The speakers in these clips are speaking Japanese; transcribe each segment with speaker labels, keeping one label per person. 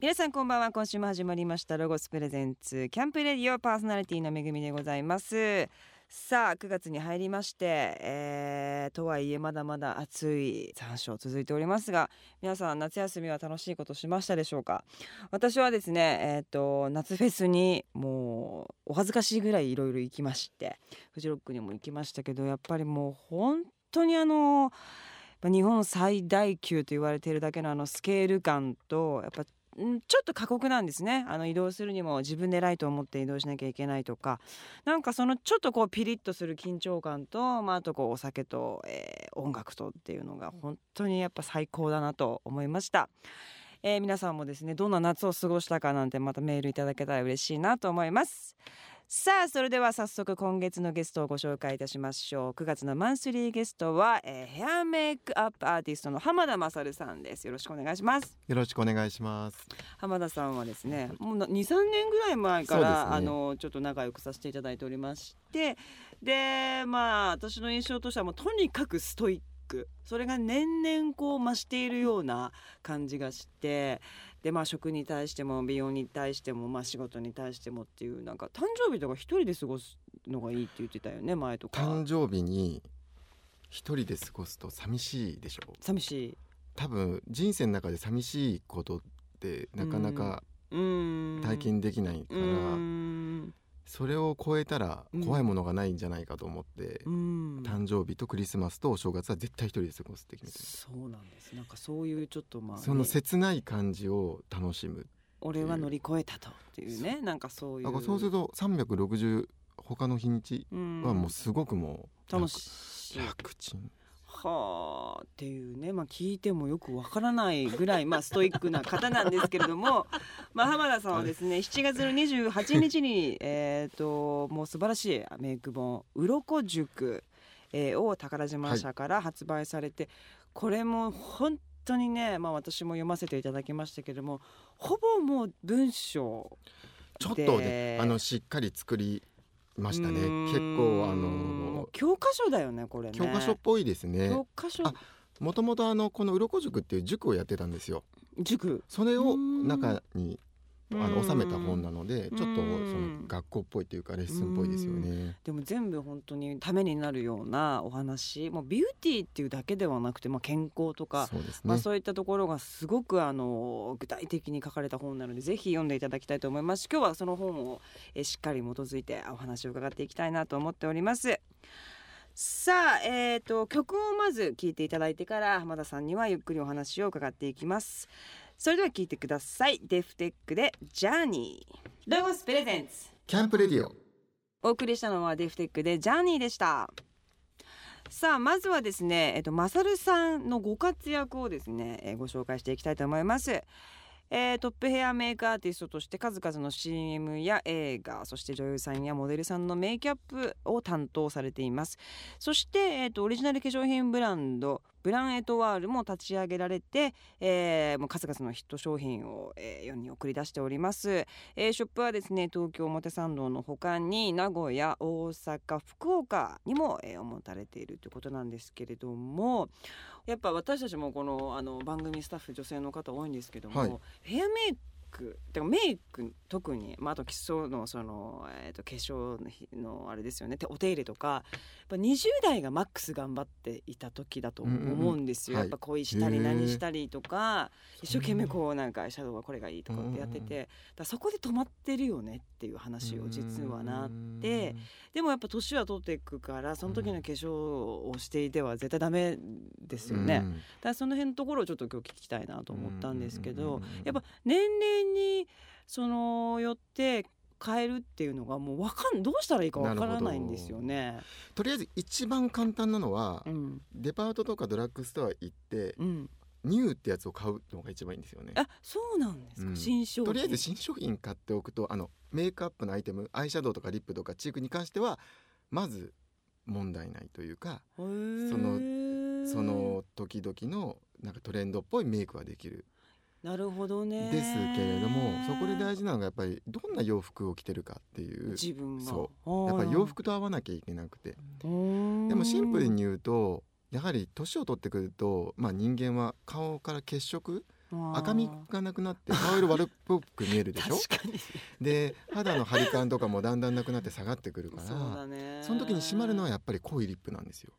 Speaker 1: 皆さんこんばんは今週も始まりましたロゴスプレゼンツキャンプレディオパーソナリティのめぐみでございますさあ9月に入りまして、えーとはいえまだまだ暑い残暑続いておりますが皆さん夏休みは楽しいことしましたでしょうか私はですねえっ、と夏フェスにもうお恥ずかしいぐらいいろいろ行きましてフジロックにも行きましたけどやっぱりもう本当にあのやっぱ日本最大級と言われているだけのあのスケール感とやっぱんちょっと過酷なんですねあの移動するにも自分でライトを持って移動しなきゃいけないとかなんかそのちょっとこうピリッとする緊張感と、まあ、あとこうお酒と、えー音楽とっていうのが本当にやっぱ最高だなと思いました。えー皆さんもですねどんな夏を過ごしたかなんてまたメールいただけたら嬉しいなと思いますさあそれでは早速今月のゲストをご紹介いたしましょう9月のマンスリーゲストは、えーヘアメイクアップアーティストの浜田勝さんですよろしくお願いします
Speaker 2: よろしくお願いします。
Speaker 1: 浜田さんはですねもうな23年ぐらい前から、
Speaker 2: そうですね
Speaker 1: あのちょっと仲良くさせていただいておりましてでまあ私の印象としてはもうとにかくストイックそれが年々こう増しているような感じがしてでまあ食に対しても美容に対しても、まあ、仕事に対してもっていうなんか誕生日とか一人で過ごすのがいいって言ってたよね前とか
Speaker 2: 誕生日に一人で過ごすと寂しいでしょう。
Speaker 1: 寂しい
Speaker 2: 多分人生の中で寂しいことってなかなか
Speaker 1: うーん
Speaker 2: 体験できないか
Speaker 1: う
Speaker 2: ら、
Speaker 1: ーん
Speaker 2: それを超えたら
Speaker 1: うん
Speaker 2: 怖いものがないんじゃないかと思って、
Speaker 1: うーん
Speaker 2: 誕生日とクリスマスとお正月は絶対一人で過ごすって決めてる。
Speaker 1: そうなんですなんかそういうちょっとまあね、
Speaker 2: その切ない感じを楽しむ。
Speaker 1: 俺は乗り越えたとっていうねなんかそうい
Speaker 2: だ
Speaker 1: う
Speaker 2: からそうすると360他の日にち
Speaker 1: うん
Speaker 2: はもうすごくもう楽
Speaker 1: 楽しい
Speaker 2: 楽ちん。
Speaker 1: はあっていうねまあ聞いてもよくわからないぐ らいまあストイックな方なんですけれどもまあ浜田さんはですね7月の28日にえっともう素晴らしいメイク本「うろこ塾」えーを宝島社から発売されて、これも本当にねまあ私も読ませていただきましたけれどもほぼもう文章
Speaker 2: ちょっと
Speaker 1: で
Speaker 2: ね、あのしっかり作りましたね
Speaker 1: うーん。
Speaker 2: 結構あ
Speaker 1: も
Speaker 2: の
Speaker 1: う教科書だよねこれね
Speaker 2: 教科書っぽいですね
Speaker 1: 教。科書
Speaker 2: あもともとあのこの鱗塾っていう塾をやってたんですよ。
Speaker 1: 塾
Speaker 2: それを
Speaker 1: うーん
Speaker 2: 中にあ
Speaker 1: う
Speaker 2: の
Speaker 1: ん
Speaker 2: 収めた本なので、ちょっと
Speaker 1: う
Speaker 2: そ
Speaker 1: ん
Speaker 2: の学校っぽいというかレッスンっぽいですよね。
Speaker 1: でも全部本当にためになるようなお話もうビューティーっていうだけではなくて、まあ、健康とか
Speaker 2: そうです
Speaker 1: まあ、
Speaker 2: ね。
Speaker 1: そういったところがすごくあの具体的に書かれた本なのでぜひ読んでいただきたいと思います今日はその本をえーしっかり基づいてお話を伺っていきたいなと思っておりますさあ、えー、と曲をまず聴いていただいてから浜田さんにはゆっくりお話を伺っていきますそれでは聴いてくださいデフテックでジャーニーロゴスプレゼンツ
Speaker 2: キャンプレディオ。
Speaker 1: お送りしたのはデフテックでジャーニーでしたさあまずはですねえっとマサルさんのご活躍をですね、えーご紹介していきたいと思いますえートップヘアメイクアーティストとして数々の CM や映画そして女優さんやモデルさんのメイキャップを担当されていますそして、えーとオリジナル化粧品ブランドブランエトワールも立ち上げられて、えーもう数々のヒット商品を、えー世に送り出しておりますえーショップはですね東京表参道の他に名古屋大阪福岡にも、えー、持たれているということなんですけれどもやっぱ私たちもこのあの番組スタッフ女性の方多いんですけども、
Speaker 2: はい
Speaker 1: ヘアメイクてかメイク特に、まあ、あと基礎のその、えー、と化粧の日のあれですよねてお手入れとかやっぱ20代がマックス頑張っていた時だと思うんですよ。
Speaker 2: うんうんうん
Speaker 1: やっぱ恋したり
Speaker 2: はい
Speaker 1: 何したりとか一生懸命
Speaker 2: そんな
Speaker 1: こうなんかアイシャドウはこれがいいとかってやって
Speaker 2: うんうん
Speaker 1: てだからそこで止まってるよねっていう話を実はなてでもやっぱ年は取っていくからその時の化粧をしていては絶対ダメです
Speaker 2: う
Speaker 1: よ
Speaker 2: ん。
Speaker 1: ね、だか
Speaker 2: うん
Speaker 1: らその辺のところをちょっと今日聞きたいなと思ったんですけど、
Speaker 2: うんうんうんうん
Speaker 1: やっぱ年齢にそのよって変えるっていうのがもうわかんどうしたらいいかわからないんですよね。
Speaker 2: とりあえず一番簡単なのは、
Speaker 1: うん、
Speaker 2: デパートとかドラッグストア行って、
Speaker 1: うん、
Speaker 2: ニューってやつを買うのが一番いいんですよね。
Speaker 1: あそうなんですか、
Speaker 2: うん
Speaker 1: 新商品
Speaker 2: とりあえず新商品買っておくとあのメイクアップのアイテムアイシャドウとかリップとかチークに関してはまず問題ないというか
Speaker 1: その
Speaker 2: その時々のなんかトレンドっぽいメイクはできる
Speaker 1: なるほどね
Speaker 2: ですけれどもそこで大事なのがやっぱりどんな洋服を着てるかっていう
Speaker 1: 自分が
Speaker 2: そ
Speaker 1: そ
Speaker 2: やっぱり洋服と合わなきゃいけなくて
Speaker 1: で
Speaker 2: でも
Speaker 1: も
Speaker 2: シンプルに言うとやはり年を取ってくると、まあ、人間は顔から血色赤みがなくなって顔色悪っぽく見えるでしょ
Speaker 1: 確かに
Speaker 2: で肌の張り感とかもだんだんなくなって下がってくるから
Speaker 1: そうだね
Speaker 2: その時に締まるのはやっぱり濃いリップなんですよ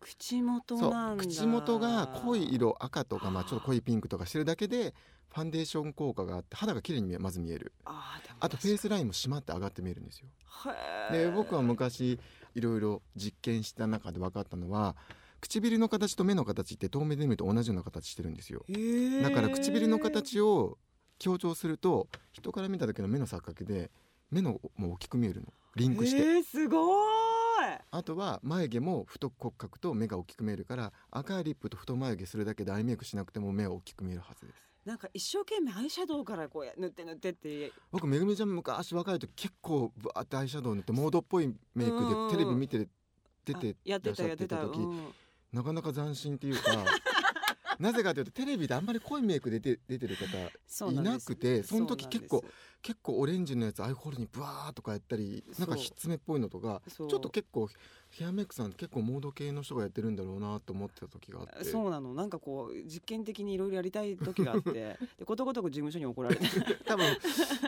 Speaker 1: 口元
Speaker 2: そ
Speaker 1: な
Speaker 2: うん
Speaker 1: だ
Speaker 2: 口元が濃い色赤とかまあちょっと濃いピンクとかしてるだけでファンデーション効果があって肌が綺麗に見えまず見える
Speaker 1: あーでも
Speaker 2: あとフェイスラインも締まって上がって見えるんですよ
Speaker 1: 確かにへ
Speaker 2: で
Speaker 1: ー
Speaker 2: 僕は昔いろいろ実験した中で分かったのは唇の形と目の形って遠目で見ると同じような形してるんですよ
Speaker 1: へー
Speaker 2: だから唇の形を強調すると人から見た時の目の錯覚で目のも大きく見えるのリンクして
Speaker 1: えー、すごーい
Speaker 2: あとは眉毛も太く骨格と目が大きく見えるから赤いリップと太眉毛するだけでアイメイクしなくても目は大きく見えるはずです
Speaker 1: なんか一生懸命アイシャドウからこう塗って塗ってって
Speaker 2: 僕めぐみちゃん昔若い時結構ブワーってアイシャドウ塗ってモードっぽいメイク
Speaker 1: うんうんうん
Speaker 2: でテレビ見て出
Speaker 1: あ
Speaker 2: て
Speaker 1: やってた
Speaker 2: ら
Speaker 1: や
Speaker 2: っしゃ
Speaker 1: って
Speaker 2: って
Speaker 1: た
Speaker 2: た時
Speaker 1: うん
Speaker 2: なかなか斬新ってい うかなぜかというとテレビであんまり濃いメイク出て出てる方
Speaker 1: そうなんです
Speaker 2: いなくてその時
Speaker 1: うなんです
Speaker 2: 結構結構オレンジのやつアイホールにブワーとかやったりなんか
Speaker 1: そう
Speaker 2: ひつめっぽいのとかち
Speaker 1: そ
Speaker 2: ょ
Speaker 1: う
Speaker 2: っと結構ヘアメイクさん結構モード系の人がやってるんだろうなと思ってた時があって
Speaker 1: そうなのなんかこう実験的にいろいろやりたい時があってでことごとく事務所に怒られて
Speaker 2: 多分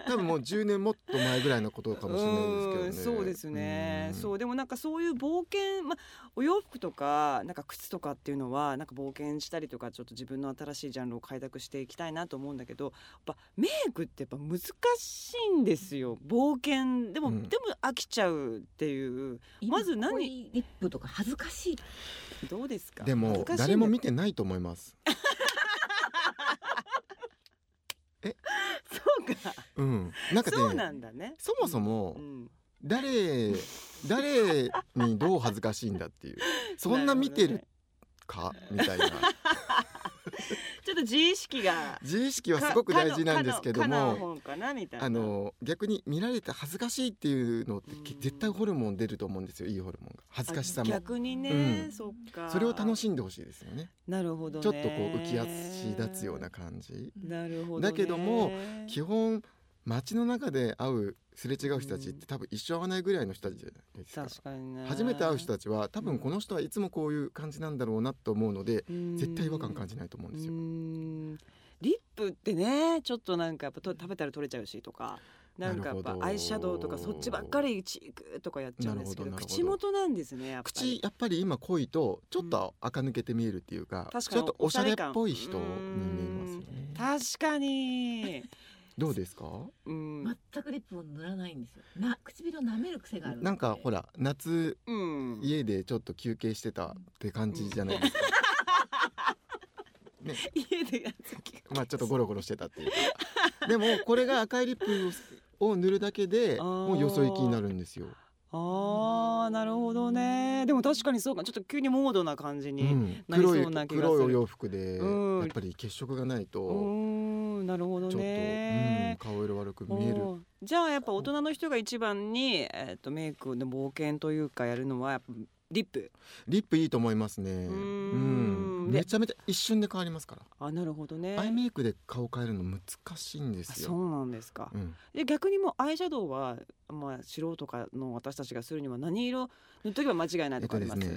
Speaker 2: 多分もう10年もっと前ぐらいのことかもしれないですけど
Speaker 1: う
Speaker 2: ね
Speaker 1: んそうですね
Speaker 2: うん
Speaker 1: そうでもなんかそういう冒険まあお洋服とかなんか靴とかっていうのはなんか冒険したりとかちょっと自分の新しいジャンルを開拓していきたいなと思うんだけどやっぱメイクってやっぱ難しいんですよ冒険でも、
Speaker 2: うん
Speaker 1: でも飽きちゃうっていうまず何
Speaker 3: 今こういうリップとか恥ずかしい
Speaker 1: どうですか
Speaker 2: で
Speaker 1: 難し
Speaker 2: も
Speaker 1: いんだ
Speaker 2: 誰も見てないと思います
Speaker 1: そうか
Speaker 2: うんなんかね
Speaker 1: そうなんだね
Speaker 2: そもそも
Speaker 1: うん
Speaker 2: 誰誰にどう恥ずかしいん だっていうそんな見てるかみたいな
Speaker 1: ちょっと自意識が
Speaker 2: 自意識はすごく大事なんですけど
Speaker 1: かのかの
Speaker 2: も
Speaker 1: 本かなみたいな
Speaker 2: あの逆に見られて恥ずかしいっていうのって
Speaker 1: うん
Speaker 2: 絶対ホルモン出ると思うんですよいいホルモンが恥ずかしさも
Speaker 1: 逆にね、
Speaker 2: うん
Speaker 1: そっか
Speaker 2: それを楽
Speaker 1: し
Speaker 2: しんでほしいですよね
Speaker 1: なるほどね
Speaker 2: ちょっとこう浮き足立つような感じ
Speaker 1: なるほどね
Speaker 2: だけども基本街の中で会うすれ違う人たちって多分一生会わないぐらいの人たちじゃないですか
Speaker 1: 確かにね
Speaker 2: 初めて会う人たちは多分この人はいつもこういう感じなんだろうなと思うので絶対違和感感
Speaker 1: じ
Speaker 2: じないと思うん
Speaker 1: る
Speaker 2: ですよ
Speaker 1: リップってねちょっとなんかやっぱと食べたら取れちゃうしとかなんかやっ
Speaker 2: なる
Speaker 1: ぱ
Speaker 2: ほど
Speaker 1: アイシャドウとかそっちばっかりチークとかやっちゃうんですけど
Speaker 2: なるほどなるほど
Speaker 1: 口元なんですねやっぱ
Speaker 2: 口
Speaker 1: り
Speaker 2: やっぱり今濃いとちょっと垢抜けて見えるっていうか,、
Speaker 1: 確か
Speaker 2: ち
Speaker 1: に
Speaker 2: ょっとおしゃれっぽい人に
Speaker 1: おしゃれ感
Speaker 2: 見えますよね
Speaker 1: 確かに、
Speaker 2: どうですか
Speaker 1: うん、
Speaker 3: 全くリップを塗らないんですよな唇を舐める癖がある
Speaker 2: なんかほ
Speaker 3: ら
Speaker 2: ら夏
Speaker 1: うん
Speaker 2: 家でちょっと休憩してたって感じじゃないですか、ね、
Speaker 1: 家でやつ
Speaker 2: まあちょっとゴロゴロしてたっていうか でもこれが赤いリップを塗るだけで
Speaker 1: あー
Speaker 2: もうよそ行きになるんですよ、
Speaker 1: ああなるほどねでも確かにそうかちょっと急にモードな感じ
Speaker 2: う
Speaker 1: に
Speaker 2: ん、
Speaker 1: なりそ
Speaker 2: 黒
Speaker 1: う
Speaker 2: い
Speaker 1: な気がする
Speaker 2: 黒いお洋服でや
Speaker 1: うん
Speaker 2: っぱり血色がないと、
Speaker 1: うーんなるほど
Speaker 2: ちょっと、うん
Speaker 1: ね、
Speaker 2: 顔色悪く見える
Speaker 1: おーじゃあやっぱ大人の人が一番に、えー、とメイクの冒険というかやるのはやっぱリップ
Speaker 2: リップいいと思いますね
Speaker 1: ー
Speaker 2: うんんめちゃめちゃ一瞬で変わりますから、
Speaker 1: あなるほどね
Speaker 2: アイメイクで顔変えるの難しいんで
Speaker 1: あ
Speaker 2: す
Speaker 1: そ
Speaker 2: よ
Speaker 1: うなんですか、
Speaker 2: うん
Speaker 1: で逆にもうアイシャドウは、まあ、素人かの私たちがするには何色塗っとけば間違いない
Speaker 2: え
Speaker 1: とか
Speaker 2: っと
Speaker 1: あ
Speaker 2: で
Speaker 1: りますす、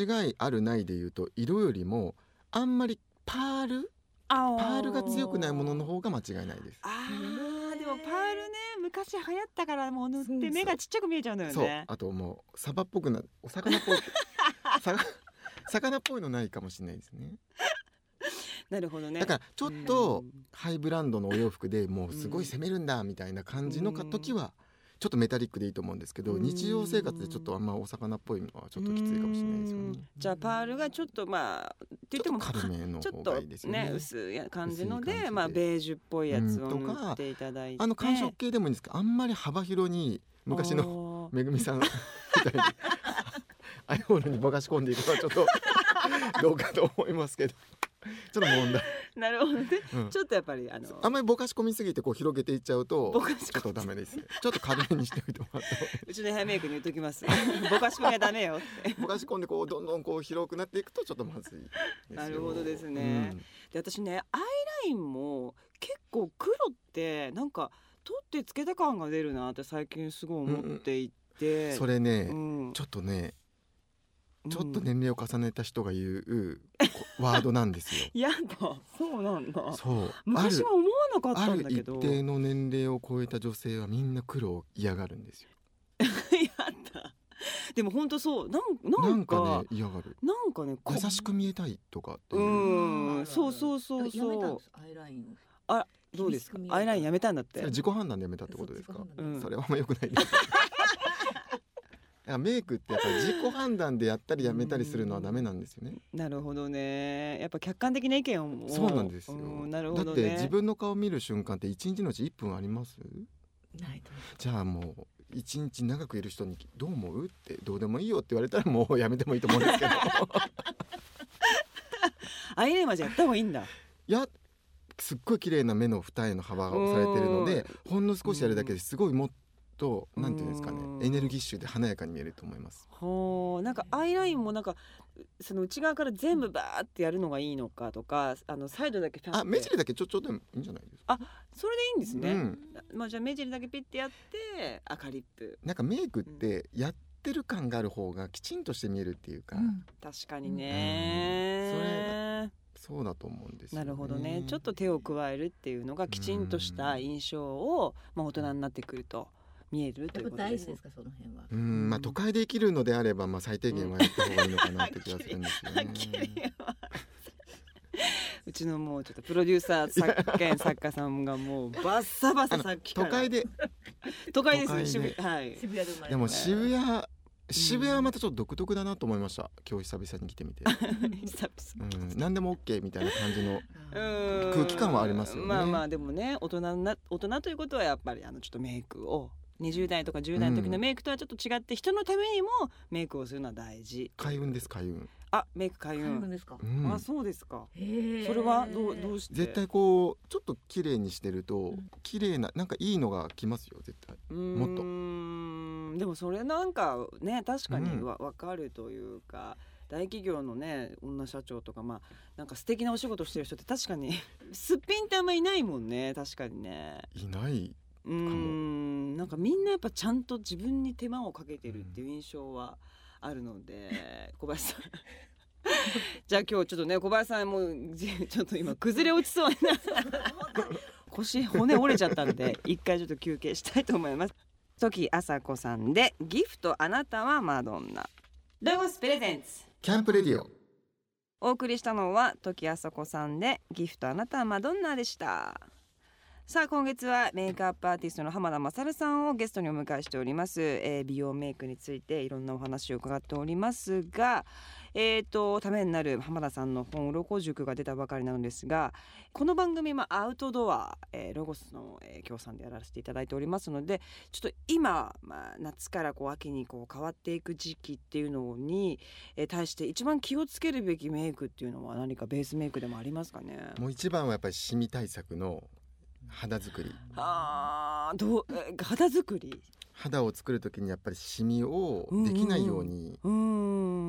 Speaker 2: ね間違いあるないで言うと色よりもあんまりパール
Speaker 1: パ
Speaker 2: パールが強くないものの方が間違いないです
Speaker 1: あーでもパールね昔流行ったからもう塗っ
Speaker 3: そうそ
Speaker 1: て
Speaker 3: う
Speaker 1: 目がちっちゃく見えちゃうんだよ
Speaker 2: そう
Speaker 1: ね。
Speaker 2: あともうサバっぽくなお魚っ ぽいさ魚っぽいのないかもしれないですね
Speaker 1: なるほどね。
Speaker 2: だかららちょっとハイブランドのお洋服でもうすごい攻めるんだみたいな感じのか
Speaker 1: うん
Speaker 2: 時はちょっとメタリックでいいと思うんですけど
Speaker 1: うん
Speaker 2: 日常生活でちょっとあんまお魚っぽいのはちょっときついかもしれないですよね。
Speaker 1: じゃあパールがちょっとまあって言っても
Speaker 2: ちょっと軽めの
Speaker 1: ちょっ
Speaker 2: 方
Speaker 1: と
Speaker 2: がいいですよね
Speaker 1: ね薄い感じの
Speaker 2: 薄い感じ
Speaker 1: で
Speaker 2: で
Speaker 1: まあベージュっぽいやつを
Speaker 2: うんとか
Speaker 1: 塗っていただいて。
Speaker 2: あの寒色系でもいいんですけどあんまり幅広に昔の
Speaker 1: の
Speaker 2: めぐみさんみたいにアイホールにぼかし込んでいくのはちょっとどうかと思いますけどちょっと問題、
Speaker 1: なるほどね。
Speaker 2: うん
Speaker 1: ちょっとやっぱりあの
Speaker 2: あんまりぼかし込みすぎてこう広げていっちゃう
Speaker 1: ぼ
Speaker 2: と
Speaker 1: かし
Speaker 2: ちょっとダメですねちょっと軽めにしておいてもらっても
Speaker 1: うちのヘアメイクに言っときます。 ぼかし込みはダメよって。
Speaker 2: ぼかし込んでこうどんどんこう広くなっていくとちょっとまずいですよ
Speaker 1: なるほどですね
Speaker 2: うん
Speaker 1: で私ねアイラインも結構黒ってなんか取ってつけた感が出るなって最近すごい思っていて、
Speaker 2: それね、
Speaker 1: うん。
Speaker 2: ちょっとねちょっと年齢を重ねた人が言うこワードなんですよ
Speaker 1: やだそうなんだ
Speaker 2: そうあ
Speaker 1: 昔
Speaker 2: る
Speaker 1: は思わなかっ
Speaker 2: あ
Speaker 1: た
Speaker 2: る
Speaker 1: んだけ
Speaker 2: 一
Speaker 1: ど
Speaker 2: 定の年齢を超えた女性はみんな苦労を嫌がるんですよ。
Speaker 1: やだでも本当そうなん
Speaker 2: な
Speaker 1: なん
Speaker 2: ん
Speaker 1: か
Speaker 2: かね嫌がる。
Speaker 1: なんかねこ
Speaker 2: 優しく見えたいとかっていうう。
Speaker 1: ん
Speaker 3: ある
Speaker 1: そうそうそう
Speaker 3: やめた
Speaker 1: そ
Speaker 3: んですアイラインを
Speaker 1: うどうですか
Speaker 3: 厳しく見える
Speaker 1: アイラインやめたんだっ
Speaker 2: そ
Speaker 1: て
Speaker 2: れ自己判断でやめたってことですか
Speaker 3: そっ。ち
Speaker 1: う
Speaker 3: の方なん
Speaker 1: ん
Speaker 3: だ
Speaker 2: それはあんま良く ないです。いやメイクってやっぱり自己判断でやったりやめたりするのはダメなんですよね。
Speaker 1: なるほどねやっぱ客観的な意見をも
Speaker 2: そうなんですよ。
Speaker 1: うんなるほ
Speaker 2: だ
Speaker 1: ど
Speaker 2: っ
Speaker 1: ね
Speaker 2: て自分の顔見る瞬間って一日のうち一分あります？
Speaker 3: ないと思
Speaker 2: じゃあもう一日長くいる人にどう思うってどうでもいいよって言われたらもうやめてもいいと思うんですけど
Speaker 1: アイラインはじゃあやった方がいいんだ
Speaker 2: いやすっごい綺麗な目の二重の幅をされてるのでほんの少しやるだけですごいもっと
Speaker 1: うん
Speaker 2: なんていうんですかね
Speaker 1: うん
Speaker 2: エネルギッシュで華やかに見えると思います
Speaker 1: ほうなんかアイラインもなんかその内側から全部バーってやるのがいいのかとかあのサイドだけピャンって
Speaker 2: あ目尻だけちょちょでもいいんじゃないですか
Speaker 1: それでいいんですね、
Speaker 2: う
Speaker 3: うん
Speaker 1: まあじゃあ目尻だけピッてやって赤リップ
Speaker 2: なんかメイクってやってる感がある方がきちんとして見えるっていうか、
Speaker 3: うん
Speaker 1: 確かにね、
Speaker 2: そうだと思うんですよ、
Speaker 1: なるほどねちょっと手を加えるっていうのがきちんとした印象を、まあ、大人になってくると見えると
Speaker 3: や
Speaker 1: いう
Speaker 3: っ
Speaker 1: こと
Speaker 3: ぱ
Speaker 1: で
Speaker 3: 大事
Speaker 1: す
Speaker 3: ですかその辺は
Speaker 2: うんまあ都会で生きるのであればまあ最低限はやった方がいいのかなって気がするんですよ
Speaker 1: はっ
Speaker 2: ね
Speaker 1: きり言わせうちのもうちょっとプロデューサー作家作家さんがもうバッサバサさっきか
Speaker 2: 都
Speaker 1: ら
Speaker 2: 会で
Speaker 1: 都会ですね
Speaker 2: 都会で
Speaker 1: 渋谷はい
Speaker 3: 渋谷で生まれ
Speaker 2: でも
Speaker 3: た
Speaker 2: 渋谷渋谷はまたちょっと独特だなと思いました今日久々に来てみて、
Speaker 1: 久
Speaker 2: うん、何でも OK みたいな感じの
Speaker 3: うん
Speaker 1: 々うん
Speaker 2: 空気感はありますよね
Speaker 1: まあまあでもね大人な大人ということはやっぱりあのちょっとメイクを20代とか10代の時のメイクとはちょっと違って人のためにもメイクをするのは大事
Speaker 2: 開運です開運、
Speaker 1: あメイク開
Speaker 3: 開
Speaker 1: 運
Speaker 3: 運ですか
Speaker 2: うん
Speaker 1: あそうですか
Speaker 3: へー
Speaker 1: それはどうどうして
Speaker 2: 絶対こうちょっと綺麗にしてると
Speaker 3: ん
Speaker 2: 綺麗ななんかいいのが来ますよ絶対
Speaker 1: も
Speaker 2: っと
Speaker 1: でもそれなんかね確かに
Speaker 2: うん
Speaker 1: わ、わかるというか大企業のね女社長とかまあなんか素敵なお仕事してる人って確かに すっぴんってあんまいないもんね確かにね
Speaker 2: いない、
Speaker 1: うーんなんかみんなやっぱちゃんと自分に手間をかけてるっていう印象はあるので、小林さんじゃあ今日ちょっとね小林さんもじちょっと今崩れ落ちそうになった腰骨折れちゃったんで一回ちょっと休憩したいと思います時あさこさんでギフトあなたはマドンナロゴスプレゼンツ
Speaker 2: キャンプレディオ
Speaker 1: お送りしたのは時あさこさんでギフトあなたはマドンナでしたさあ今月はメイクアップアーティストの浜田勝さんをゲストにお迎えしております、えー美容メイクについていろんなお話を伺っておりますがえー、とためになる浜田さんの本「鱗塾」が出たばかりなのですがこの番組はアウトドア、えーロゴスの、えー、協賛でやらせていただいておりますのでちょっと今、まあ、夏からこう秋にこう変わっていく時期っていうのに、えー対して一番気をつけるべきメイクっていうのは何かベースメイクでもありますかね
Speaker 2: もう一番はやっぱりシミ対策の肌作り
Speaker 1: あーどうえー肌作り
Speaker 2: 肌を作る時にやっぱりシミをできないように、
Speaker 1: うー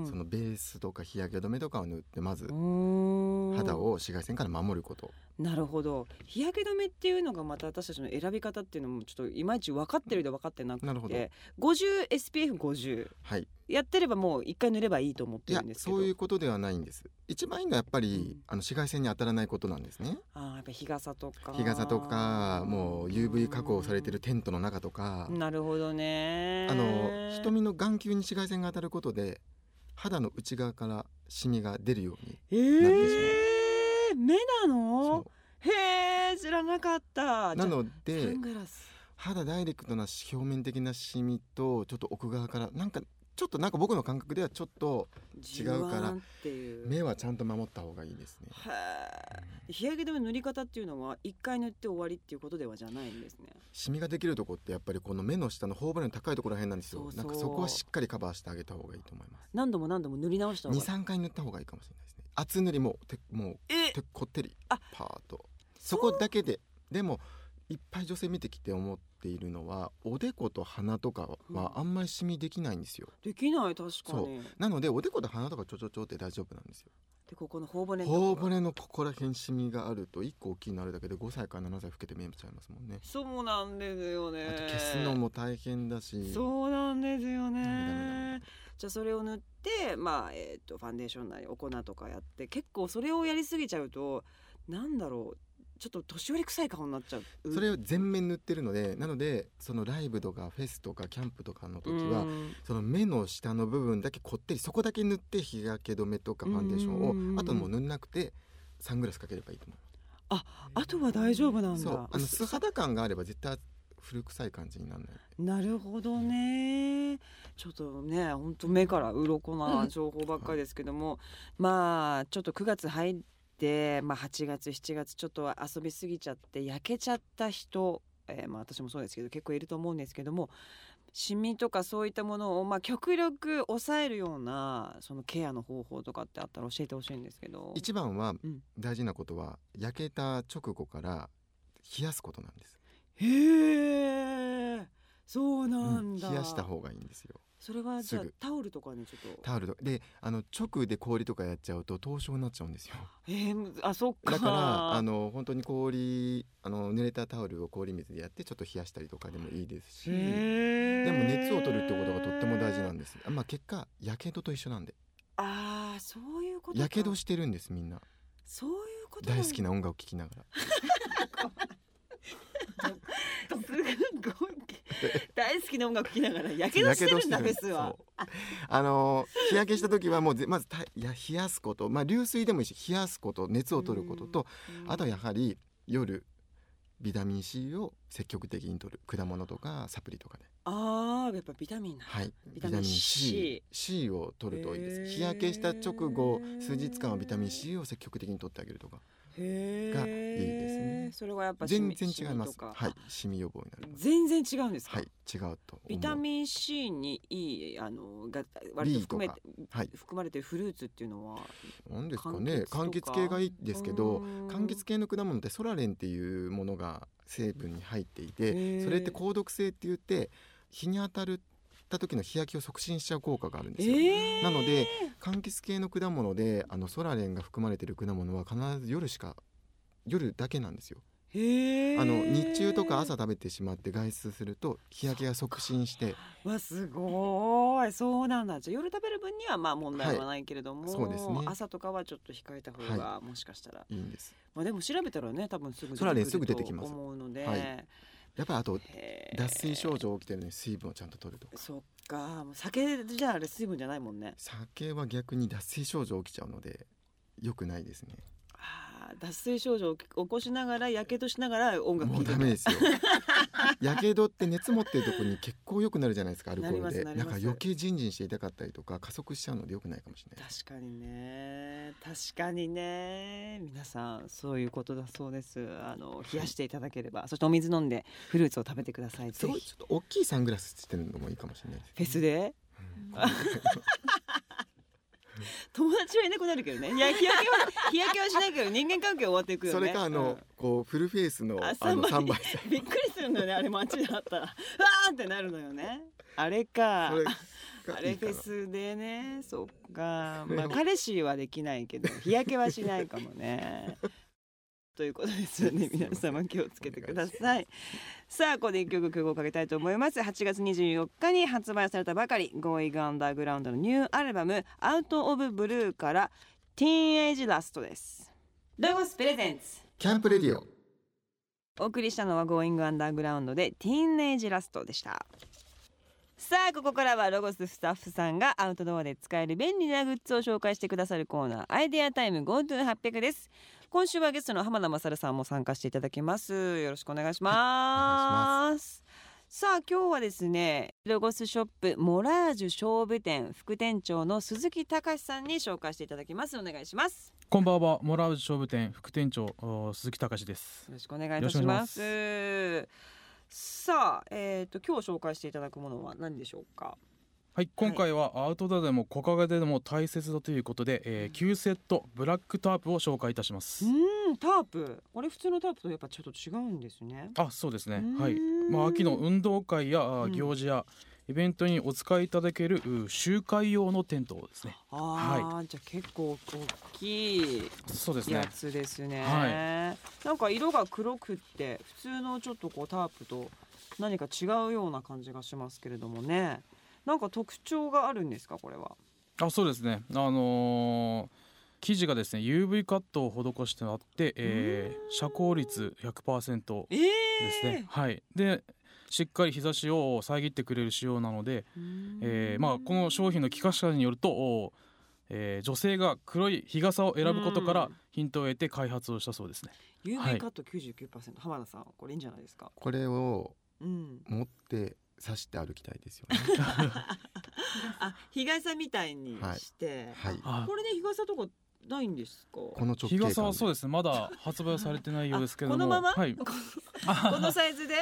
Speaker 1: ん
Speaker 2: そのベースとか日焼け止めとかを塗ってまず
Speaker 1: うーん
Speaker 2: 肌を紫外線から守ること
Speaker 1: なるほど日焼け止めっていうのがまた私たちの選び方っていうのもちょっといまいち分かってるで分かってなく
Speaker 2: なるほど
Speaker 1: て 50SPF50
Speaker 2: はい
Speaker 1: やってればもう一回塗ればいいと思っ
Speaker 2: い
Speaker 1: てる
Speaker 2: や
Speaker 1: んですけど
Speaker 2: そういうことではないんです一番いいのはやっぱり、
Speaker 1: うん
Speaker 2: あの紫外線に当たらないことなんですね
Speaker 1: あーやっぱ日傘とか
Speaker 2: 日傘とかもう UV 加工されてるテントの中とか、
Speaker 1: なるほどね
Speaker 2: あの瞳の眼球に紫外線が当たることで肌の内側からシミが出るように
Speaker 1: え
Speaker 2: まう
Speaker 1: ー、目なの
Speaker 2: そ
Speaker 1: へえ知らなかった
Speaker 2: うなの
Speaker 1: じゃあサ
Speaker 2: で
Speaker 1: ングラス
Speaker 2: 肌ダイレクトな表面的なシミとちょっと奥側からなんかちょっとなんか僕の感覚ではちょっと違うから
Speaker 1: じゅわーんっていう
Speaker 2: 目はちゃんと守った方がいいですね
Speaker 1: へー日焼け止めの塗り方っていうのは一回塗って終わりっていうことではじゃないんですね
Speaker 2: シミができるとこってやっぱりこの目の下の頬骨の高いところらへんなんですよ
Speaker 1: そうそう
Speaker 2: なんかそこはしっかりカバーしてあげた方がいいと思います
Speaker 1: 何度も何度も塗り直した方
Speaker 2: 二
Speaker 1: が
Speaker 2: 三回塗った方がいいかもしれないですね。厚塗りもうてもう
Speaker 1: え
Speaker 2: てこってり
Speaker 1: あ
Speaker 2: パーッとそこだけででもいっぱい女性見てきて思っているのはおでこと鼻とか
Speaker 1: うん
Speaker 2: はあんまりシミできないんですよ。
Speaker 1: できない確か
Speaker 2: そ
Speaker 1: に
Speaker 2: なのでおでこと鼻とかちょちょちょって大丈夫なんですよ。
Speaker 1: でここの頬骨のところ
Speaker 2: 頬骨のここら辺シミがあると1個大きいのあるだけで5歳から7歳老けて見えちゃいますもんね
Speaker 1: そうなんですよね
Speaker 2: あと消すのも大変だし
Speaker 1: そうなんですよ
Speaker 2: ダメダメダメ
Speaker 1: ねじゃあそれを塗ってまあえっ、とファンデーションなりお粉とかやって結構それをやりすぎちゃうとなんだろうちょっと年寄り臭い顔になっちゃう
Speaker 2: それを全面塗ってるのでなのでそのライブとかフェスとかキャンプとかの時は、
Speaker 1: うん
Speaker 2: その目の下の部分だけこってりそこだけ塗って日焼け止めとかファンデーショ
Speaker 1: うんうんう
Speaker 2: ン
Speaker 1: ん
Speaker 2: をあともう塗んなくてサングラスかければいいと思
Speaker 1: あとは大丈夫なん
Speaker 2: う
Speaker 1: だ
Speaker 2: そうあの素肌感があれば絶対古臭い感じにならない
Speaker 1: なるほどねちょっとね本当目から鱗な
Speaker 3: うん
Speaker 1: 情報ばっかりですけども、まあちょっと9月入って、まあ、8月7月ちょっと遊びすぎちゃって焼けちゃった人、えーまあ、私もそうですけど結構いると思うんですけどもシミとかそういったものを、まあ、極力抑えるようなそのケアの方法とかってあったら教えてほしいんですけど。
Speaker 2: 一番は
Speaker 1: うん
Speaker 2: 大事なことは焼けた直後から冷やすことなんです、
Speaker 1: へえそうな
Speaker 2: うんん
Speaker 1: だ、
Speaker 2: 冷やした方がいいんですよ
Speaker 1: それはじゃあ
Speaker 2: すぐ
Speaker 1: タオルとかねちょっと。
Speaker 2: タオルとであの直で氷とかやっちゃうと凍傷になっちゃうんです よ
Speaker 1: えーむあそっか
Speaker 2: だからあの本当に氷あの濡れたタオルを氷水でやってちょっと冷やしたりとかでもいいですしで
Speaker 1: で
Speaker 2: も熱を取るってことがとっても大事なんですまあ結果やけどと一緒なんで
Speaker 1: ああそういうことか
Speaker 2: やけどしてるんですみんな
Speaker 1: そういうこと
Speaker 2: 大好き
Speaker 1: な
Speaker 2: な音楽を聴きながら
Speaker 1: んだすごい大好きな音楽聴きながらやけどしてるんだフェスは
Speaker 2: そうあの日焼けした時はもうぜまずたいや冷やすことまあ流水でもいいし冷やすこと熱を取ることとあとはやはり夜ビタミン C を積極的に取る果物とかサプリとかで
Speaker 1: あーやっぱビタミンな
Speaker 2: はい、
Speaker 1: ビ
Speaker 2: ビ
Speaker 1: タ
Speaker 2: タ
Speaker 1: ミン
Speaker 2: ミン
Speaker 1: C
Speaker 2: C, C を取るといいで
Speaker 1: へー
Speaker 2: す日焼けした直後数日間はビタミン C を積極的に取ってあげるとか
Speaker 1: へ
Speaker 2: がいいですね
Speaker 1: それはやっぱシ
Speaker 2: 全
Speaker 1: ミ
Speaker 2: 然違
Speaker 1: シ
Speaker 2: いま
Speaker 1: ミと
Speaker 2: す
Speaker 1: か
Speaker 2: はいシミ予防になります
Speaker 1: 全然違うんですか、
Speaker 2: はい違うと思う
Speaker 1: ビタミン C にいいあのが割と含
Speaker 2: B とか
Speaker 1: めて
Speaker 2: はい
Speaker 1: 含まれてるフルーツっていうのは
Speaker 2: なんですかね
Speaker 1: 柑
Speaker 2: 柑
Speaker 1: 橘と
Speaker 2: 橘
Speaker 1: か
Speaker 2: 系がいいですけど
Speaker 1: うん
Speaker 2: 柑橘系の果物ってソラレンっていうものが成分に入ってい
Speaker 1: へー
Speaker 2: てそれって高毒性って言って日に当たるた時の日焼けを促進しちゃう効果があるんですよ、
Speaker 1: えー
Speaker 2: なので柑橘系の果物であのソラレンが含まれている果物は必ず夜しか夜だけなんですよ
Speaker 1: へー
Speaker 2: あの日中とか朝食べてしまって外出すると日焼けが促進して
Speaker 1: わすごーいそうなんだじゃあ夜食べる分にはまあ問題は
Speaker 2: は
Speaker 1: いないけれども、
Speaker 2: そうですね
Speaker 1: 朝とかはちょっと控えた方が、
Speaker 2: は
Speaker 1: もしかしたら、
Speaker 2: いいんです
Speaker 1: まあ、でも調べたらね多分すぐ
Speaker 2: それはね
Speaker 1: 出てくる
Speaker 2: すぐ出てきます
Speaker 1: と思うので、
Speaker 2: はいやっぱりあと
Speaker 1: へー
Speaker 2: 脱水症状起きてるのに水分をちゃんと取るとか
Speaker 1: そっかもう酒じゃあれ水分じゃないもんね
Speaker 2: 酒は逆に脱水症状起きちゃうので良くないですね
Speaker 1: あー脱水症状を起こしながらやけどしながら音楽
Speaker 2: も
Speaker 1: 聴
Speaker 2: う
Speaker 1: いて
Speaker 2: ダメ ですよやけどって熱持ってるとこに血行良くなるじゃないですかアルコールで
Speaker 1: な
Speaker 2: な
Speaker 1: りますなりま
Speaker 2: ん
Speaker 1: す
Speaker 2: か余計ジンジンして痛かったりとか加速しちゃうので良くないかもしれない
Speaker 1: 確かにね確かにね皆さんそういうことだそうですあの冷やしていただければ、そしてお水飲んでフルーツを食べてください
Speaker 2: す
Speaker 1: ぜ
Speaker 2: ごい
Speaker 1: ひ
Speaker 2: ちょっと大きいサングラスしてるのもいいかもしれないです
Speaker 1: フェスで友達はいなくなるけどねいや日焼けは日焼けはしないけど人間関係は終わっていくよ ね
Speaker 2: それかあの、こうフルフェイスの
Speaker 1: あ
Speaker 2: あの
Speaker 1: 三
Speaker 2: 3
Speaker 1: 枚
Speaker 2: 倍
Speaker 1: うんびっくりするのよねあれ街であったらわーってなるのよねあれか
Speaker 2: それ
Speaker 1: あ
Speaker 2: がい
Speaker 1: れ
Speaker 2: いか
Speaker 1: フ
Speaker 2: な
Speaker 1: ェスでねそっか、
Speaker 2: それ
Speaker 1: まあ、
Speaker 2: を
Speaker 1: 彼氏はできないけど日焼けはしないかも ね。ということですよね皆様気をつけてくださいさあここで一曲曲をかけたいと思います8月24日に発売されたばかり Going Underground のニューアルバム Out of Blue から「Teenage Lust」ですロゴスプレゼンツ
Speaker 2: キャンプレディオ
Speaker 1: お送りしたのは Going Underground で Teenage Lust でしたさあここからはロゴススタッフさんがアウトドアで使える便利なグッズを紹介してくださるコーナーアイデアタイム GoTo800 です今週はゲストの浜田勝さんも参加していただきますよろしくお願いします,、さあ今日はですねロゴスショップモラージュ勝負店副店長の鈴木隆さんに紹介していただきますお願いします
Speaker 4: こんばんは、モラウジ勝負店副店長お鈴木隆です
Speaker 1: よ。ろしくお願いいたします。さあ、えっ、と今日紹介していただくものは何でしょうか。
Speaker 4: はい、今回はアウトドアでも木陰でも大切だということで、えー、旧セットブラックタープを紹介いたします。
Speaker 1: うん、タープ。これ普通のタープとやっぱちょっと違うんですね。
Speaker 4: あ、そうですね
Speaker 1: うーん。
Speaker 4: はい。まあ秋の運動会やあ
Speaker 1: うん
Speaker 4: ー行事や、イベントにお使いいただけるう集会用のテントですね
Speaker 1: ああ、じゃあ結構大きい
Speaker 4: そうですね
Speaker 1: やつですね。
Speaker 4: は
Speaker 1: なんか色が黒くって普通のちょっとこうタープと何か違うような感じがしますけれどもね。なんか特徴があるんですかこれは。
Speaker 4: あそうですねあのー生地がですね UV カットを施してあって、えー、遮光率100%
Speaker 1: ええ
Speaker 4: ですね、はいでしっかり日差しを遮ってくれる仕様なので、えーまあ、この商品の企画者によると、おーえー女性が黒い日傘を選ぶことか
Speaker 1: う
Speaker 4: ら
Speaker 1: ん
Speaker 4: ヒントを得て開発をしたそうですね。は
Speaker 1: UV
Speaker 4: い
Speaker 1: カット99%浜田さんこれいいんじゃないですか。
Speaker 2: これを
Speaker 1: うん。
Speaker 2: 持って刺して歩きたいですよね
Speaker 1: あ日傘みたいにして。
Speaker 2: はい
Speaker 4: はい
Speaker 1: これで日傘とかないんですか。
Speaker 2: この直
Speaker 4: 日
Speaker 2: 径
Speaker 4: 傘
Speaker 2: 感
Speaker 4: はそう
Speaker 2: で
Speaker 4: ですねまだ発売はされてないようですけれども
Speaker 1: あこのまま
Speaker 4: はい、
Speaker 1: このサイズで。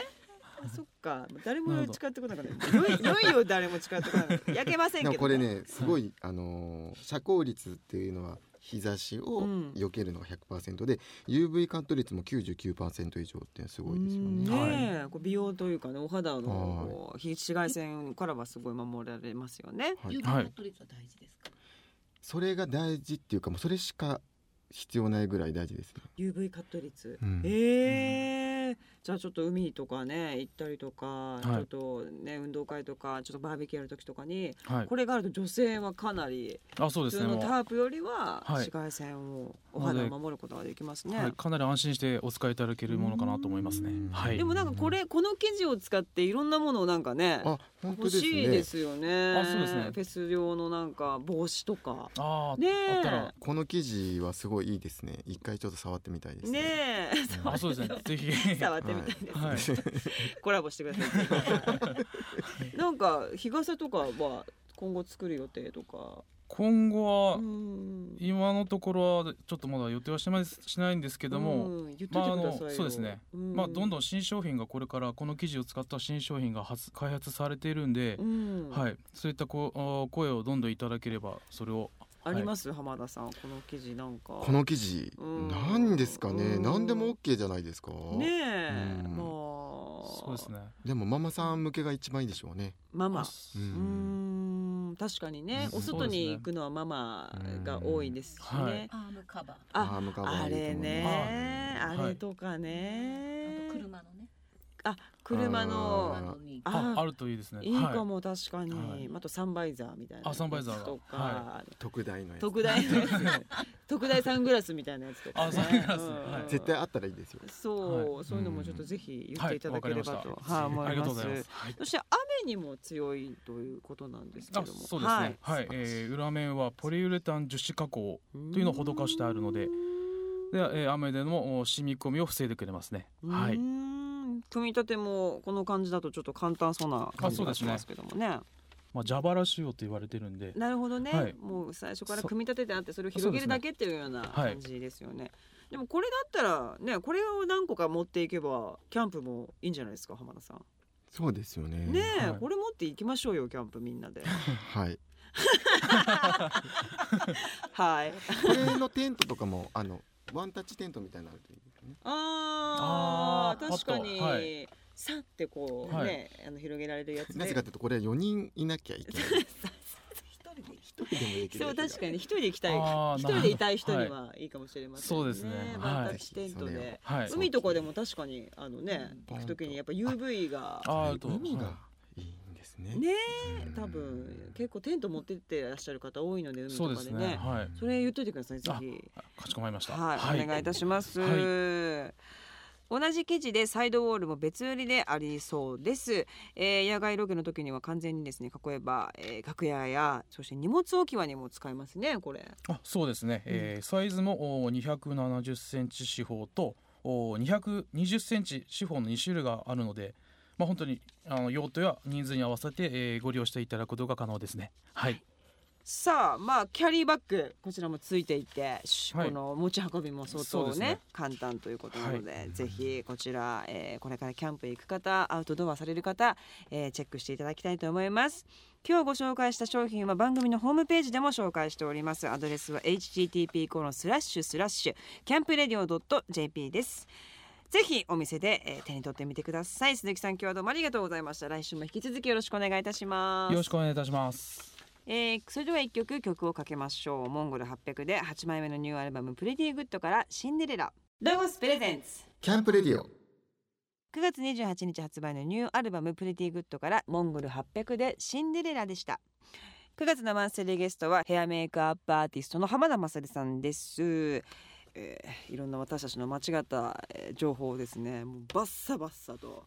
Speaker 1: あそっか誰も近寄ってこなかったよいよいよ誰も近寄ってこなかった焼けませんけ
Speaker 2: で
Speaker 1: ど
Speaker 2: もこれねすごいあのー遮光率っていうのは日差しを
Speaker 1: うん
Speaker 2: 避けるのが100%で、UV カット率も99%以上ってすごいですよ
Speaker 1: うん
Speaker 2: ね。
Speaker 1: ねえ、こう美容というかねお肌のこう日紫外線からはすごい守られますよね。
Speaker 2: はい
Speaker 3: 有効カット率は大事ですか、
Speaker 2: それが大事っていうかもうそれしか必要ないぐらい大事ですね。
Speaker 1: UV カット率。
Speaker 2: うん
Speaker 1: ええじゃあちょっと海とかね行ったりとか、
Speaker 4: い
Speaker 1: ちょっとね運動会とかちょっとバーベキューやる時とかに
Speaker 4: はい、
Speaker 1: これがあると女性はかなり
Speaker 4: あそう
Speaker 1: 普
Speaker 4: です
Speaker 1: 通
Speaker 4: ね
Speaker 1: の
Speaker 4: もう
Speaker 1: タープよりは
Speaker 4: はい
Speaker 1: 紫外線をお肌を守ることができますね。
Speaker 4: はい、かなり安心してお使いいただけるものかなと思いますね
Speaker 2: うん。
Speaker 4: はい、
Speaker 1: でもなんかこれこの生地を使っていろんなものをなんかね
Speaker 2: あ本当
Speaker 1: 欲
Speaker 2: ですね。
Speaker 1: しいですよね。
Speaker 4: あそうですね
Speaker 1: フェス用のなんか帽子とか。
Speaker 4: あー、
Speaker 1: ね
Speaker 4: あったら
Speaker 2: この生地はすごいいいですね。一回ちょっと触ってみたいです
Speaker 1: ね
Speaker 2: ね。
Speaker 1: え、
Speaker 4: あそ うですねぜひ
Speaker 1: 触ってみたいです、
Speaker 4: はい
Speaker 1: コラボしてくださ い。なんか日傘とかは今後作る予定とか。
Speaker 4: 今後は
Speaker 1: うん
Speaker 4: 今のところはちょっとまだ予定はしてないしないんですけども、
Speaker 1: うん言っといてくださいよ
Speaker 4: まああのそうですね。まあどんどん新商品がこれからこの生地を使った新商品が発開発されているんで、
Speaker 1: ん。
Speaker 4: はいいそういったこうあー声をどんどんいただければそれを
Speaker 1: あります浜田さんこの記事なんか。
Speaker 2: この生地
Speaker 1: うん
Speaker 2: 何ですかね。
Speaker 1: うん
Speaker 2: 何でも OK じゃないですか。
Speaker 1: ねえ、
Speaker 2: うん
Speaker 1: まあ。
Speaker 4: そうですね。
Speaker 2: でもママさん向けが一番いいでしょうね。
Speaker 1: ママ
Speaker 4: あ。す
Speaker 1: うーん確かにね、
Speaker 2: うん
Speaker 1: お外に行くのはママが多いですしね、
Speaker 4: うんはい
Speaker 3: アームカバーと
Speaker 1: あ
Speaker 2: アームカバ
Speaker 1: あ
Speaker 2: ーいいと
Speaker 1: れ
Speaker 2: 思い
Speaker 1: ね
Speaker 2: ます
Speaker 4: はい
Speaker 1: あれとかね
Speaker 3: あと車のね
Speaker 1: あ車
Speaker 2: あ
Speaker 1: の
Speaker 2: ー
Speaker 3: 車のに
Speaker 1: あ
Speaker 4: ああるといいですね。
Speaker 1: いいか
Speaker 4: はい
Speaker 1: も確かに、
Speaker 4: はい
Speaker 1: あとサンバイザーみたいな
Speaker 4: あサンバイザー
Speaker 1: やつとか、
Speaker 4: は
Speaker 2: 特大のやつ。
Speaker 1: 特大のやつ特大サングラスみたいなやつとか、ね、
Speaker 4: あサングラス
Speaker 1: うん
Speaker 4: はい
Speaker 2: 絶対あったらいいですよ。
Speaker 1: そう、
Speaker 2: はい
Speaker 1: そういうのもちょっとぜひ言っていただければと、はい
Speaker 4: はい
Speaker 1: 思
Speaker 4: わ
Speaker 1: い
Speaker 4: かりま
Speaker 1: ま
Speaker 4: したありがとうございますす。はい
Speaker 1: そして雨にも強いということなんですけ
Speaker 4: あ
Speaker 1: ども
Speaker 4: そうですね。はい、
Speaker 2: 素晴らしい
Speaker 4: えー裏面はポリウレタン樹脂加工というのを施してあるので
Speaker 1: う
Speaker 4: で、えー雨でのお染み込みを防いでくれますね。
Speaker 1: ーん
Speaker 4: は
Speaker 1: う
Speaker 4: い
Speaker 1: ー。ん組み立てもこの感じだとちょっと簡単そうな感じがしますけどもね
Speaker 4: まあ蛇腹仕様と言われてるんで、
Speaker 1: なるほどね、
Speaker 4: はい
Speaker 1: もう最初から
Speaker 4: そう
Speaker 1: 組み立ててあってそれを広げるだけっていうような
Speaker 4: はい
Speaker 1: 感じですよね。でもこれだったらねこれを何個か持っていけばキャンプもいいんじゃないですか浜田さん。
Speaker 2: そうですよね。
Speaker 1: ねえ、
Speaker 4: はい
Speaker 1: これ持っていきましょうよキャンプみんなで。
Speaker 2: はい。
Speaker 1: はい。
Speaker 2: これのテントとかもあの ワンタッチテントみたいなのあるといいですね。
Speaker 1: あ
Speaker 4: あ
Speaker 1: ー
Speaker 4: ー
Speaker 1: 確かに、
Speaker 4: パッとは
Speaker 1: さってこうね、
Speaker 4: はい
Speaker 1: あの広げられるやつ
Speaker 2: なぜ
Speaker 1: で
Speaker 2: か。というとこれは4人いなきゃいけない。一
Speaker 3: 一人で
Speaker 2: 人でもでき
Speaker 1: そ
Speaker 2: るや
Speaker 1: う
Speaker 2: つが。
Speaker 1: 確かに一人で行きたい
Speaker 4: あー
Speaker 1: 一
Speaker 4: な
Speaker 1: 人
Speaker 4: るほど
Speaker 1: でいたい人にはいいかもしれません、
Speaker 4: そうですねはい
Speaker 1: ワンタッチテントで、
Speaker 4: はい。
Speaker 1: 海とかでも確かにあのね
Speaker 2: うん
Speaker 1: 行くときにやっぱ UV が
Speaker 4: あーと
Speaker 2: 海
Speaker 4: は
Speaker 2: がいいんですね。
Speaker 1: ね
Speaker 2: うん
Speaker 1: 多分結構テント持ってってらっしゃる方多いので
Speaker 4: い
Speaker 1: 海
Speaker 4: そう
Speaker 1: と
Speaker 4: で
Speaker 1: かで
Speaker 4: すね。
Speaker 1: ね
Speaker 4: はい。
Speaker 1: それ言っといてくださいぜひ
Speaker 4: あかしこまりました。
Speaker 1: はい、お願いいたします、同じ生地でサイドウォールも別売りでありそうです、えー野外ロケの時には完全にですね囲えば、えー楽屋やそして荷物置き場にも使えますねこれ
Speaker 4: あそうですね、えーサイズもおー270センチ四方とおー220センチ四方の2種類があるので、まあ、本当にあの用途や人数に合わせて、えーご利用していただくことが可能ですね。はい、
Speaker 1: さあまあキャリーバッグこちらもついていて、し
Speaker 4: はい
Speaker 1: この持ち運びも相
Speaker 4: そう
Speaker 1: 当
Speaker 4: で
Speaker 1: ね
Speaker 4: すね
Speaker 1: 簡単ということなので、ぜひこちら、えーこれからキャンプへ行く方アウトドアされる方、えーチェックしていただきたいと思います今日ご紹介した商品は番組のホームページでも紹介しておりますアドレスは http コロンスラッシュスラッシュキャンプレディオ .jp ですぜひお店で、えー手に取ってみてください鈴木さん今日はどうもありがとうございました来週も引き続きよろしくお願いいたします
Speaker 4: よろしくお願いいたします。
Speaker 1: えーそれでは一曲曲をかけましょうモンゴル800で8枚目のニューアルバム「プレディグッド」から「シンデレラ」ロゴスプレゼンツ
Speaker 2: キャンプレディオ
Speaker 1: 9月28日発売のニューアルバム「プレティグッド」から「モンゴル800」で「シンデレラ」でした9月のマンスリーゲストはヘアメイクアップアーティストの浜田雅さんです、えーいろんな私たちの間違った、えー情報をですねもうバッサバッサと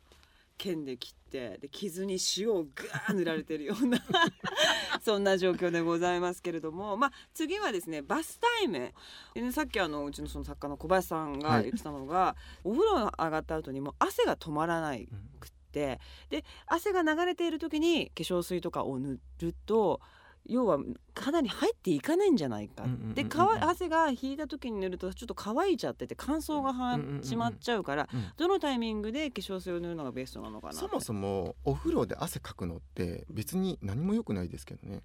Speaker 1: 剣で切ってで傷に塩をガー塗られてるような そんな状況でございますけれども、まあ、次はですねバスタイムでねさっきあのうちのその作家の小林さんが言ってたのが、お風呂上がった後にもう汗が止まらないくってで汗が流れている時に化粧水とかを塗ると要は肌に入っていかないんじゃないか、
Speaker 2: うんうんうんうん
Speaker 1: で乾い汗が引いた時に塗るとちょっと乾いちゃってて乾燥が
Speaker 2: う
Speaker 1: は
Speaker 2: んうんうんうん
Speaker 1: 始まっちゃうから、
Speaker 2: うん
Speaker 1: どのタイミングで化粧水を塗るのがベストなのかな
Speaker 2: そもそもお風呂で汗かくのって別に何も良くないですけどね、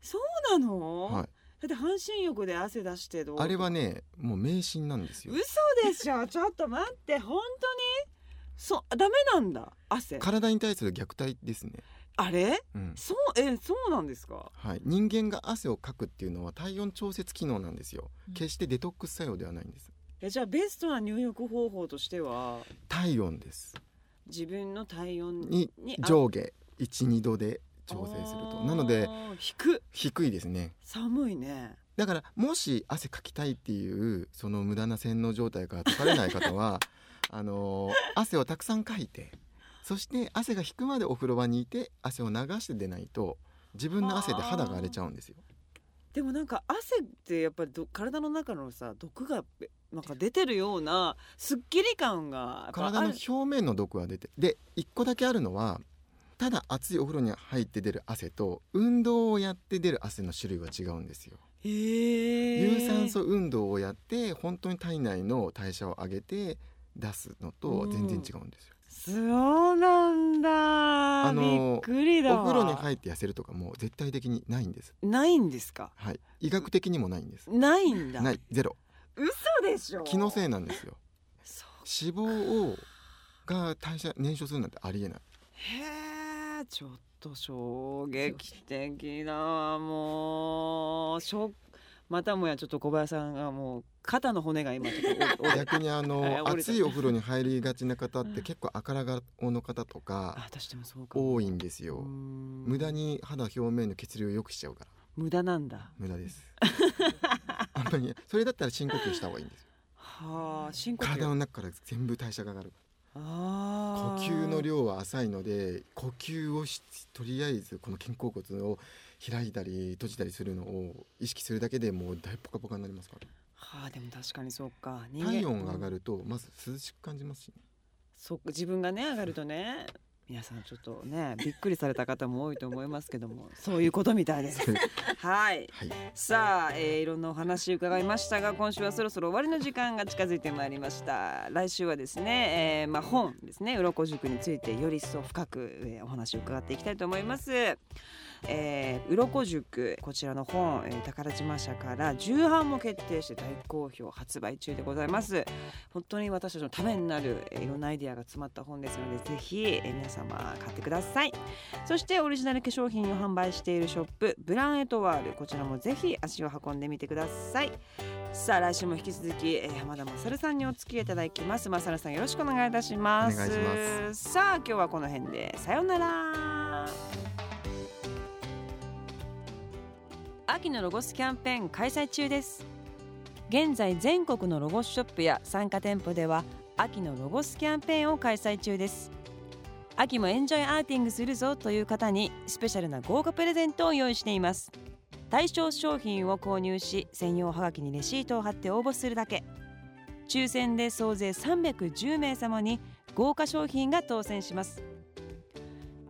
Speaker 1: そうなの、
Speaker 2: はい、
Speaker 1: だって半身浴で汗出してどう
Speaker 2: あれはねもう迷信なんですよ
Speaker 1: 嘘でしょち ょっと待って本当にそうダメなんだ汗
Speaker 2: 体に対する虐待ですね、
Speaker 1: あれ
Speaker 2: うん
Speaker 1: そうえそうなんですか
Speaker 2: はい、人間が汗をかくっていうのは体温調節機能なんですよ
Speaker 3: うん
Speaker 2: 決してデトックス作用ではないんです
Speaker 1: えじゃあベストな入浴方法としては
Speaker 2: 体温です
Speaker 1: 自分の体温
Speaker 2: に
Speaker 1: に
Speaker 2: 上下12度で調整するとなので
Speaker 1: 引く
Speaker 2: 低いですね
Speaker 1: 寒いね
Speaker 2: だからもし汗かきたいっていうその無駄な洗脳状態から解かれない方 はあのー汗をたくさんかいてそして汗が引くまでお風呂場にいて汗を流して出ないと自分の汗で肌が荒れちゃうんですよ
Speaker 1: でもなんか汗ってやっぱりど体の中のさ毒がなんか出てるようなすっきり感がやっぱあ
Speaker 2: 体の
Speaker 1: る
Speaker 2: 表面の毒は出てで一個だけあるのはただ熱いお風呂に入って出る汗と運動をやって出る汗の種類は違うんですよ、
Speaker 1: へー
Speaker 2: 有酸素運動をやって本当に体内の代謝を上げて出すのと全然違うんですよ、
Speaker 1: そうなんだ、
Speaker 2: あの
Speaker 1: びっくりだわ
Speaker 2: お風呂に入って痩せるとかも絶対的にないんです
Speaker 1: ないんですか
Speaker 2: はい医学的にもないんです
Speaker 1: ないんだ
Speaker 2: ないゼロ
Speaker 1: 嘘でしょ
Speaker 2: 気のせ
Speaker 1: い
Speaker 2: いなんですよ
Speaker 1: そう
Speaker 2: 脂肪をが代謝燃焼するなんてありえない
Speaker 1: へえちょっと衝撃的だわもうショックまたもやちょっと小林さんがもう肩の骨が今ちょっと折れ
Speaker 2: 逆に あ
Speaker 1: はい
Speaker 2: の
Speaker 1: 折れちゃった
Speaker 2: 暑いお風呂に入りがちな方って結構赤ら顔の方と
Speaker 1: あ
Speaker 2: か
Speaker 1: 私でもそうかも
Speaker 2: 多いんです
Speaker 1: うー
Speaker 2: よ
Speaker 1: ん
Speaker 2: 無駄に肌表面の血流を良くしちゃうから
Speaker 1: 無駄なんだ
Speaker 2: 無駄です あんまりそれだったら深呼吸した方がいいんですよ
Speaker 1: はあ 深呼吸
Speaker 2: 体の中から全部代謝が上がる呼
Speaker 1: あー
Speaker 2: 吸の量は浅いので呼吸をしとりあえずこの肩甲骨を開いたり閉じたりするのを意識するだけでもう大ポカポカになりますから
Speaker 1: はあでも確かにそうか人間
Speaker 2: 体温が上
Speaker 1: うん
Speaker 2: がるとまず涼しく感じますしね
Speaker 1: そうか自分がね上がるとね皆さんちょっとねびっくりされた方も多いと思いますけどもそういうことみたい ですはい
Speaker 2: はい
Speaker 1: さあ、えーいろんなお話伺いましたが今週はそろそろ終わりの時間が近づいてまいりました来週はですね、えーまあ、本ですね鱗塾についてより一層深く、えーお話を伺っていきたいと思います、えー、鱗塾こちらの本、えー宝島社から重版も決定して大好評発売中でございます本当に私たちのためになる、えーいろんなアイディアが詰まった本ですのでぜひ、えー皆様買ってくださいそしてオリジナル化粧品を販売しているショップブランエトワールこちらもぜひ足を運んでみてくださいさあ来週も引き続き、えー浜田勝さんにお付き合いいただきます勝さんよろしくお願いいたします
Speaker 2: お願いしま
Speaker 1: さあ今日はこの辺でさようなら秋のロゴスキャンペーン開催中です現在全国のロゴスショップや参加店舗では秋のロゴスキャンペーンを開催中です秋もエンジョイアーティングするぞという方にスペシャルな豪華プレゼントを用意しています対象商品を購入し専用はがきにレシートを貼って応募するだけ抽選で総勢310名様に豪華商品が当選します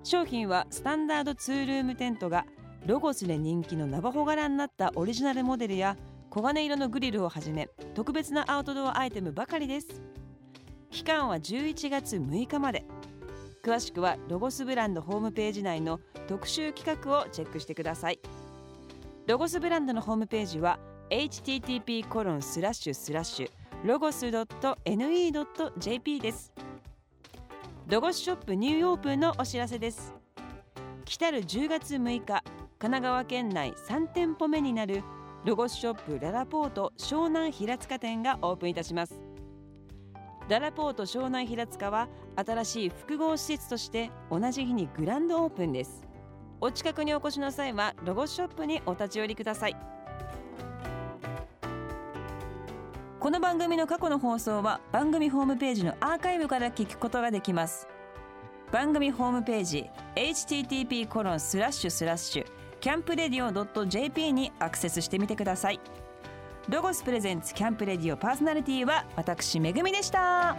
Speaker 1: 商品はスタンダードツールームテントがロゴスで人気のナバホ柄になったオリジナルモデルや黄金色のグリルをはじめ特別なアウトドアアイテムばかりです期間は11月6日まで詳しくはロゴスブランドホームページ内の特集企画をチェックしてくださいロゴスブランドのホームページは http コロンスラッシュスラッシュロゴス .ne.jp ですロゴスショップニューオープンのお知らせです来たる10月6日神奈川県内3店舗目になるロゴスショップララポート湘南平塚店がオープンいたしますララポート湘南平塚は新しい複合施設として同じ日にグランドオープンですお近くにお越しの際はロゴスショップにお立ち寄りくださいこの番組の過去の放送は番組ホームページのアーカイブから聞くことができます番組ホームページ http コロンスラッシュスラッシュキャンプレディオ .jp にアクセスしてみてくださいロゴスプレゼンツキャンプレディオパーソナリティは私めぐみでした